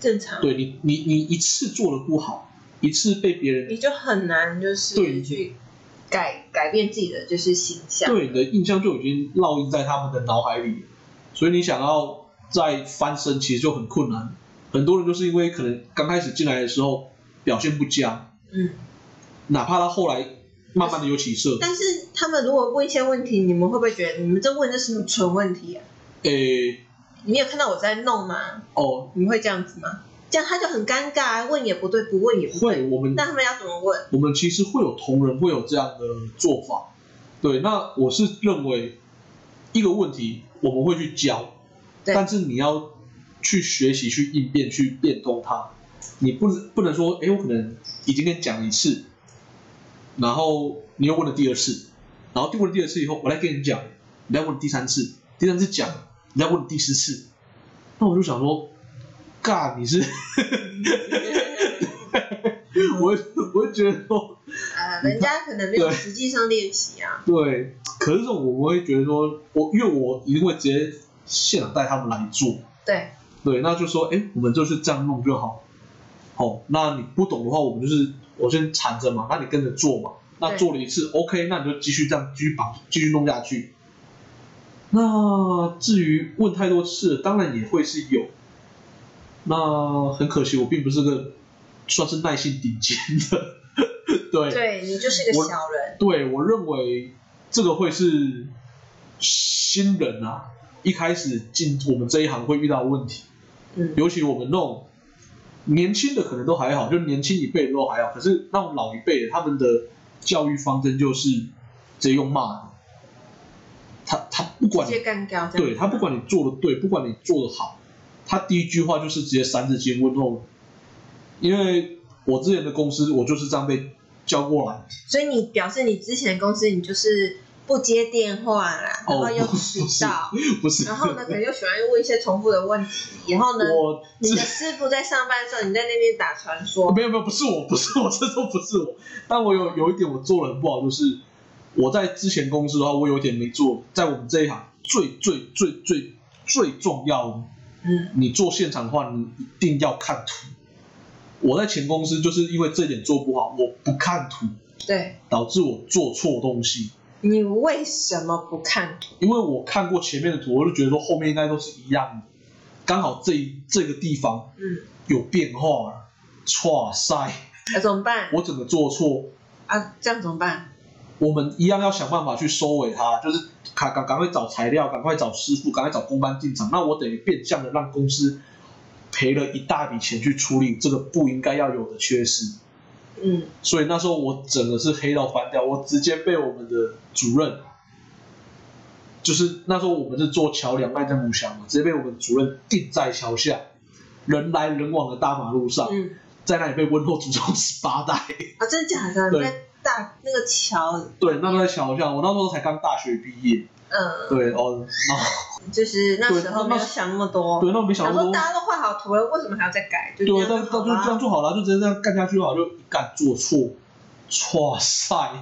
正常。
对你你你一次做的不好，一次被别人
你就很难就是
对
去改改变自己的就是形象。
对你的印象就已经烙印在他们的脑海里，所以你想要再翻身其实就很困难。很多人就是因为可能刚开始进来的时候表现不佳，
嗯，
哪怕他后来慢慢的有起色，
但是他们如果问一些问题，你们会不会觉得你们这问的是蠢问题啊？
诶，
你有看到我在弄吗？
哦，
你会这样子吗？这样他就很尴尬，问也不对，不问也不对。
会，我们
那他们要怎么问？
我们其实会有同仁会有这样的做法。对，那我是认为一个问题我们会去教，
对
但是你要去学习、去应变、去变通它。你不能不能说，哎，我可能已经跟你讲一次，然后你又问了第二次，然后问了第二次以后，我再跟你讲，你再问第三次，第三次讲，你再问第四次，那我就想说，尬，你是， *laughs* 我我就觉得说。
呃，人家可能没有
对
实际上练习啊。
对，可是这种我会觉得说，我因为我一定会直接现场带他们来做，
对，
对，那就说，哎，我们就是这样弄就好。哦，那你不懂的话，我们就是我先缠着嘛，那你跟着做嘛。那
对
做了一次，OK，那你就继续这样继续绑，继续弄下去。那至于问太多次，当然也会是有。那很可惜，我并不是个算是耐性顶尖的， *laughs* 对，
对你就是个
嗯我
小人。
对我认为这个会是新人啊，一开始进我们这一行会遇到的问题，
嗯，
尤其我们那种年轻的可能都还好，就年轻一辈的都还好，可是那种老一辈的，他们的教育方针就是直接用骂的，他他不管
直
你
接干掉这样。
对他不管你做的对，不管你做的好，他第一句话就是直接三字经问候你。因为我之前的公司，我就是这样被教过来的。
所以你表示你之前的公司你就是不接电话啦，然
哦
后又迟到，
*laughs* 不是，
然后呢可能又喜欢问一些重复的问题，然后呢
我
你的
这
师傅在上班的时候你在那边打传说，
没有没有，不是我，不是我， *laughs* 这都不是我。但我有有一点我做的很不好，就是我在之前公司的话，我有一点没做，在我们这一行最最最最最重要的，
嗯，
你做现场的话，你一定要看图。我在前公司就是因为这一点做不好，我不看图，
对
导致我做错东西。
你为什么不看图？
因为我看过前面的图，我就觉得说后面应该都是一样的，刚好这一这个地方
嗯，
有变化了，哇塞！
那、怎么办
我整个做错，
啊？这样怎么办？
我们一样要想办法去收尾它，就是赶赶赶快找材料，赶快找师傅，赶快找工班进场。那我等于变相的让公司赔了一大笔钱去处理这个不应该要有的缺失。
嗯，
所以那时候我整个是黑到翻掉，我直接被我们的主任，就是那时候我们是做桥梁卖政府桥嘛，直接被我们主任定在桥下，人来人往的大马路上，
嗯，
在那里被温厚祖宗十八代。
啊，真的假的？
对
在大那个桥，
对，那时候在桥下，我那时候才刚大学毕业。
嗯，
对哦，然后
就是那时候
对那
没有想那么多，
对，那我没想
想
到说，
说大家都画好图了，为什么还要再改？就
对，
这样
但
就好啊
但就这
啦
样做好了，就直接这样干下去就好，就一干做错，哇塞！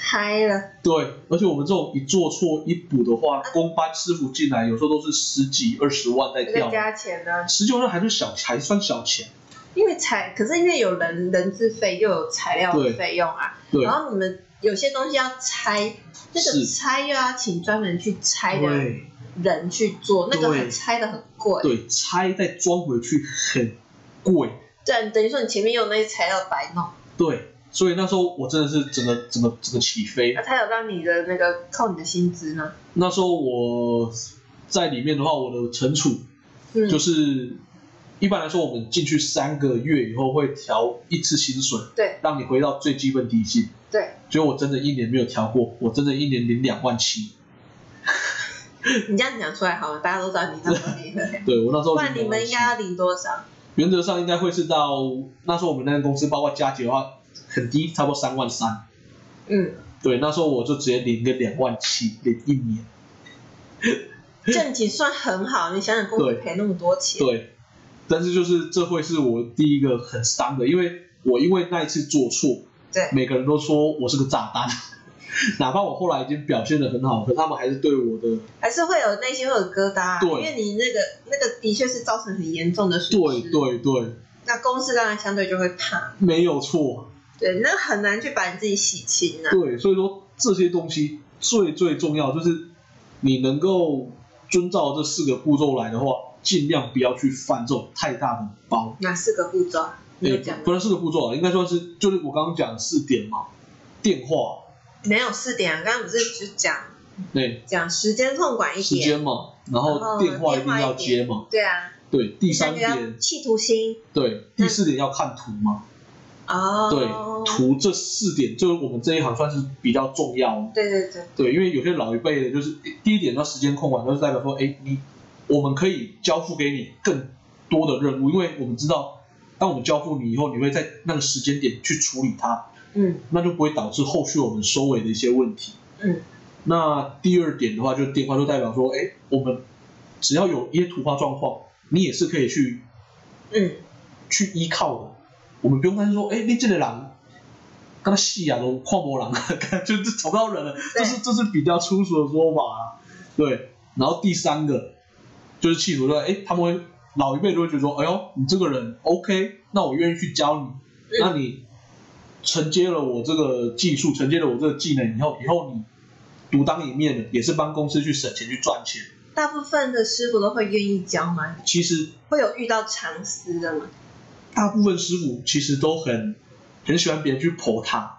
嗨了，
对，而且我们这种一做错一补的话，
啊
工班师傅进来有时候都是十几二十万在
再
跳，
加钱呢？
十九万还是小还算小钱，
因为材，可是因为有人人资费又有材料的
对
费用啊，
对
然后你们有些东西要拆，那个
是
拆又要请专门去拆的
对
人去做，那个
对
还拆的很贵。
对，拆再装回去很贵，
对，等于说你前面用的那些材料白弄，
对，所以那时候我真的是整个整个整个起飞
那、，他有让你的那个扣你的薪资吗？
那时候我在里面的话，我的惩处
嗯，
就是一般来说，我们进去三个月以后会调一次薪水，
对
让你回到最基本底薪。
对，
所以我真的一年没有调过，我真的一年领两万七。
你这样讲出来好了，大家都知道你那么厉
*laughs*
害。
对我那时候
不
领
然你们应该要领多少？
原则上应该会是到那时候我们那间公司包括加级的话很低，差不多三万三。
嗯，
对，那时候我就直接领个两万七，领一年。 *laughs*
正经算很好，你想想公司
对
赔那么多钱，
对，但是就是这会是我第一个很伤的，因为我因为那一次做错，
对
每个人都说我是个炸弹， *laughs* 哪怕我后来已经表现的很好，可他们还是对我的
还是会有内心会有疙瘩啊，
对
因为你那个那个的确是造成很严重的损
对
失。，
对对，
那公司当然相对就会怕，
没有错，
对，那很难去把你自己洗清啊。
对，所以说这些东西最最重要就是你能够遵照这四个步骤来的话，尽量不要去犯这种太大的包。
哪四个步骤啊？你有
诶
讲吗
不是四个步骤啊，应该说是就是我刚刚讲的四点嘛，电话，
没有四点啊，刚刚不是只讲
对，
讲时间控管一
时
点，
间嘛，然后
哦
电话一定
电话
要
一定
接嘛。
对啊，
对，第
那
三
个要
点，
企图心
对，第四点要看图嘛。
哦，
对，图这四点就是我们这一行算是比较重要的。
对对对，
对，因为有些老一辈的，就是第一点要时间控管，就是代表说，哎，你我们可以交付给你更多的任务，因为我们知道，当我们交付你以后，你会在那个时间点去处理它，
嗯
那就不会导致后续我们收尾的一些问题。
嗯，
那第二点的话，就电话就代表说，哎，我们只要有一些突发状况，你也是可以去
嗯，
去依靠的。我们不用担心说，哎，你这个人，跟他戏啊，都跨模人， *laughs* 就是找不到人了。这是这是比较粗俗的说法、啊，对。然后第三个就是企图说，哎，他们会老一辈都会觉得说，哎呦，你这个人 OK，那我愿意去教你，那你承接了我这个技术，承接了我这个技能以后，以后你独当一面的，也是帮公司去省钱去赚钱。
大部分的师傅都会愿意教吗？
其实
会有遇到藏私的吗？
大部分师傅其实都很很喜欢别人去捧他，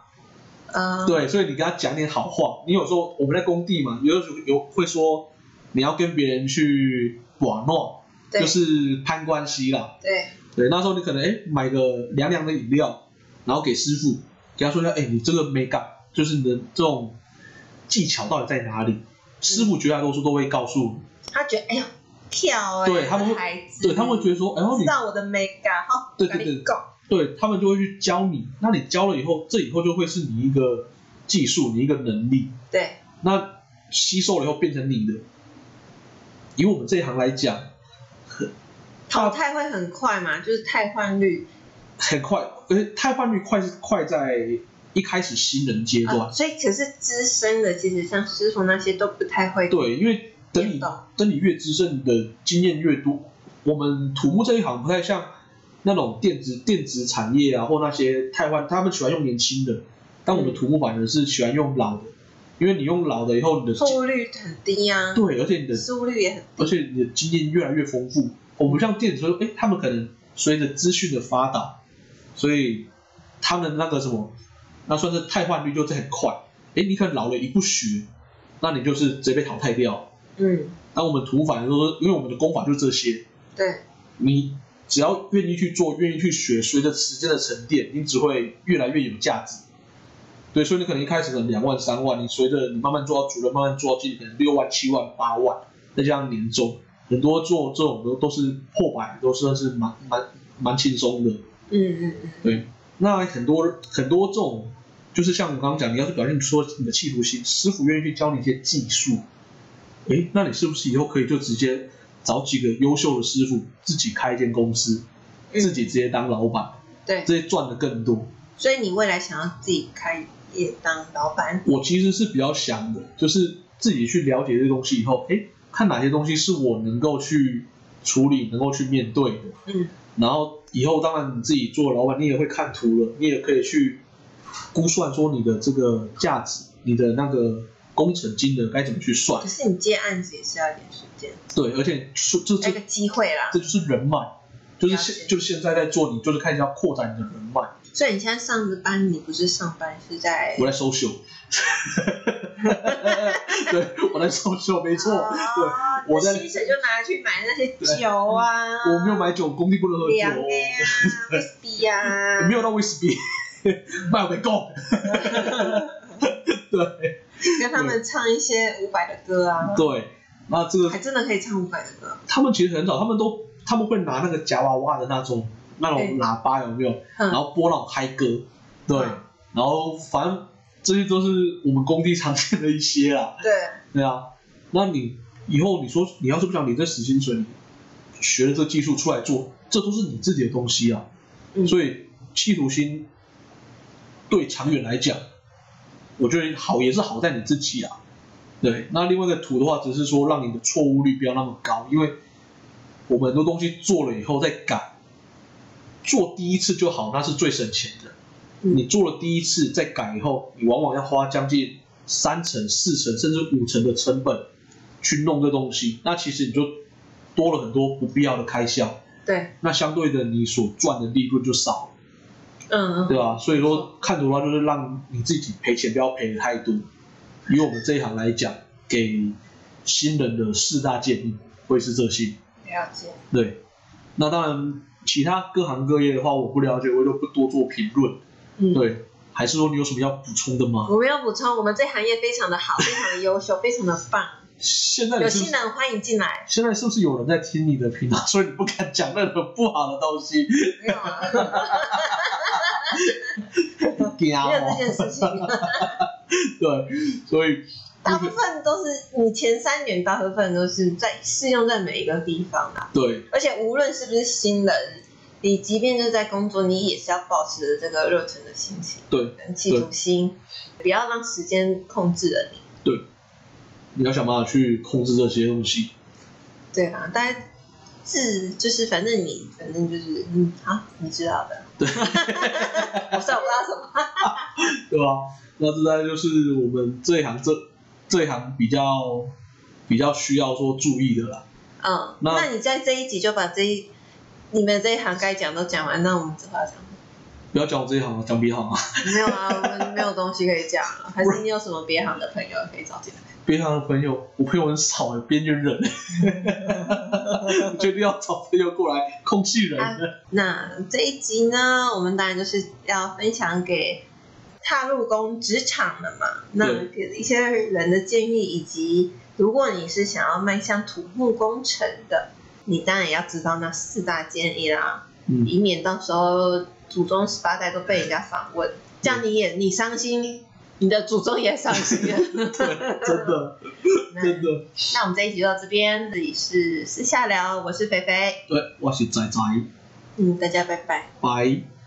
呃，
对，所以你跟他讲点好话。你有时候我们在工地嘛，有的时候有会说你要跟别人去玩闹，
对
就是攀关系啦。
对，
对，那时候你可能哎买个凉凉的饮料，然后给师傅，给他说一下，哎，你这个美感，就是你的这种技巧到底在哪里？师傅绝大多数都会告诉你，
他觉得哎呦跳哎，
对他们会
孩子，啊
对他们会觉得说，哎呦
知
你
道我的美感哦哈，
对对对
搞
对他们就会去教你，那你教了以后，这以后就会是你一个技术，你一个能力。
对，
那吸收了以后变成你的。以我们这一行来讲，很
淘汰会很快嘛，就是汰换率
很快，而且汰换率快是快在一开始新人阶段，
啊，所以可是资深的其实像师傅那些都不太会，
对，因为等你
变动
等你越资深，你的经验越多。我们土木这一行不太像那种电子电子产业啊，或那些汰换，他们喜欢用年轻的，但我们
嗯
土木反而是喜欢用老的，因为你用老的以后，你的
错误率很低啊，
对，而且你的
失误率也很
而
低，
且你的经验越来越丰富。我们像电子说，哎，他们可能随着资讯的发达，所以他们那个什么，那算是汰换率就是很快。哎，你可能老了一不学，那你就是直接被淘汰掉。
嗯，
那我们土法说，因为我们的功法就是这些，
对，
你只要愿意去做，愿意去学，随着时间的沉淀，你只会越来越有价值。对，所以你可能一开始可能两万、三万，你随着你慢慢做到主任，慢慢做到经理，可能六万、七万、八万，再加上年终，很多做这种都都是破百，都算是蛮蛮蛮轻松的。
嗯嗯嗯，
对，那很多很多这种，就是像我刚刚讲，你要是表现出你的企图心，师傅愿意去教你一些技术，诶，那你是不是以后可以就直接找几个优秀的师傅，自己开一间公司，
嗯
自己直接当老板，
对，
直接赚的更多？
所以你未来想要自己开业当老板，
我其实是比较想的，就是自己去了解这些东西以后，诶，看哪些东西是我能够去处理、能够去面对的，
嗯，
然后以后当然你自己做老板，你也会看图了，你也可以去估算说你的这个价值、你的那个工程金额该怎么去算
可。是你接案子也是要一点时间，
对，而且说这这
那个机会啦
这，就是人脉，就是
了解
现就是现在在做，你就是开始要扩展你的人脉。
所以你现在上的班，你不是上班是在
我在收秀， *laughs* 对，我在收秀，没错，对。
啊
我在
那薪水就拿去买那些酒啊，
我没有买酒，工地不能喝酒
凉啊的呀、威士忌呀，
*laughs* 哦，没有到威士忌，卖我没够。对
跟他们唱一些伍佰的歌啊，
对，那这个
还真的可以唱伍佰的歌，
他们其实很少，他们都他们会拿那个夹娃娃的那种那种
对
喇叭有没有？然
嗯，
后播那种嗨歌，对，
嗯
然后反正这些都是我们工地常见的一些啦，
嗯对，
对啊。那你以后你说你要是不想你在死薪水，你学了这技术出来做，这都是你自己的东西啊。
嗯
所以企图心对长远来讲，我觉得好也是好在你自己啊。对，那另外一个图的话，只是说让你的错误率不要那么高，因为我们很多东西做了以后再改，做第一次就好，那是最省钱的。
嗯
你做了第一次再改以后，你往往要花将近三成、四成甚至五成的成本去弄这东西，那其实你就多了很多不必要的开销，
对，
那相对的你所赚的利润就少了。
嗯
对
嗯，
吧、所以说看图的话，就是让你自己赔钱不要赔的太多。以我们这一行来讲，给新人的四大建议会是这些。
了解。
对，那当然其他各行各业的话，我不了解，我就不多做评论。
嗯，
对，还是说你有什么要补充的吗？
我们要补充，我们这行业非常的好，非常的优秀，非常的
*laughs*
棒，
现在
有
你是
新人欢迎进来。
现在是不是有人在听你的频道， *laughs* 所以你不敢讲任何不好的东
*laughs*
西？
没有啊，
对啊
没有这件事
*laughs*
情。
对，所以
大部分都是你前三年，大部分都是在适用在每一个地方啊。
对
而且无论是不是新人，你即便是在工作，你也是要保持着这个热忱的心情
对，
跟企图心，不要让时间控制了你。
你要想办法去控制这些东西。
对啊，但是就是反正你反正就是嗯，好，你知道的。
对，
我算不到什么。
对吧、那这在就是我们这一行这这一行比较比较需要说注意的啦。
嗯，
*laughs* 那
那你在这一集就把这一你们这一行该讲都讲完，那我们只好讲。
*laughs* 不要讲我这一行啊，讲别行啊，
没有啊，我们没有东西可以讲了。还是你有什么别行的朋友可以找进来？
别行的朋友，我朋友很少有边缘人，我决定要找朋友过来空气人。
啊那这一集呢，我们当然就是要分享给踏入工职场的嘛，那给一些人的建议，以及如果你是想要迈向土木工程的，你当然也要知道那四大建议啦，
嗯，
以免到时候祖宗十八代都被人家访问，这样你也你伤心，你的祖宗也伤心了。
对，真的真的，
那我们这一集就到这边，这里是私下聊，我是肥肥，
对，我是仔仔，
嗯，大家拜拜。
拜。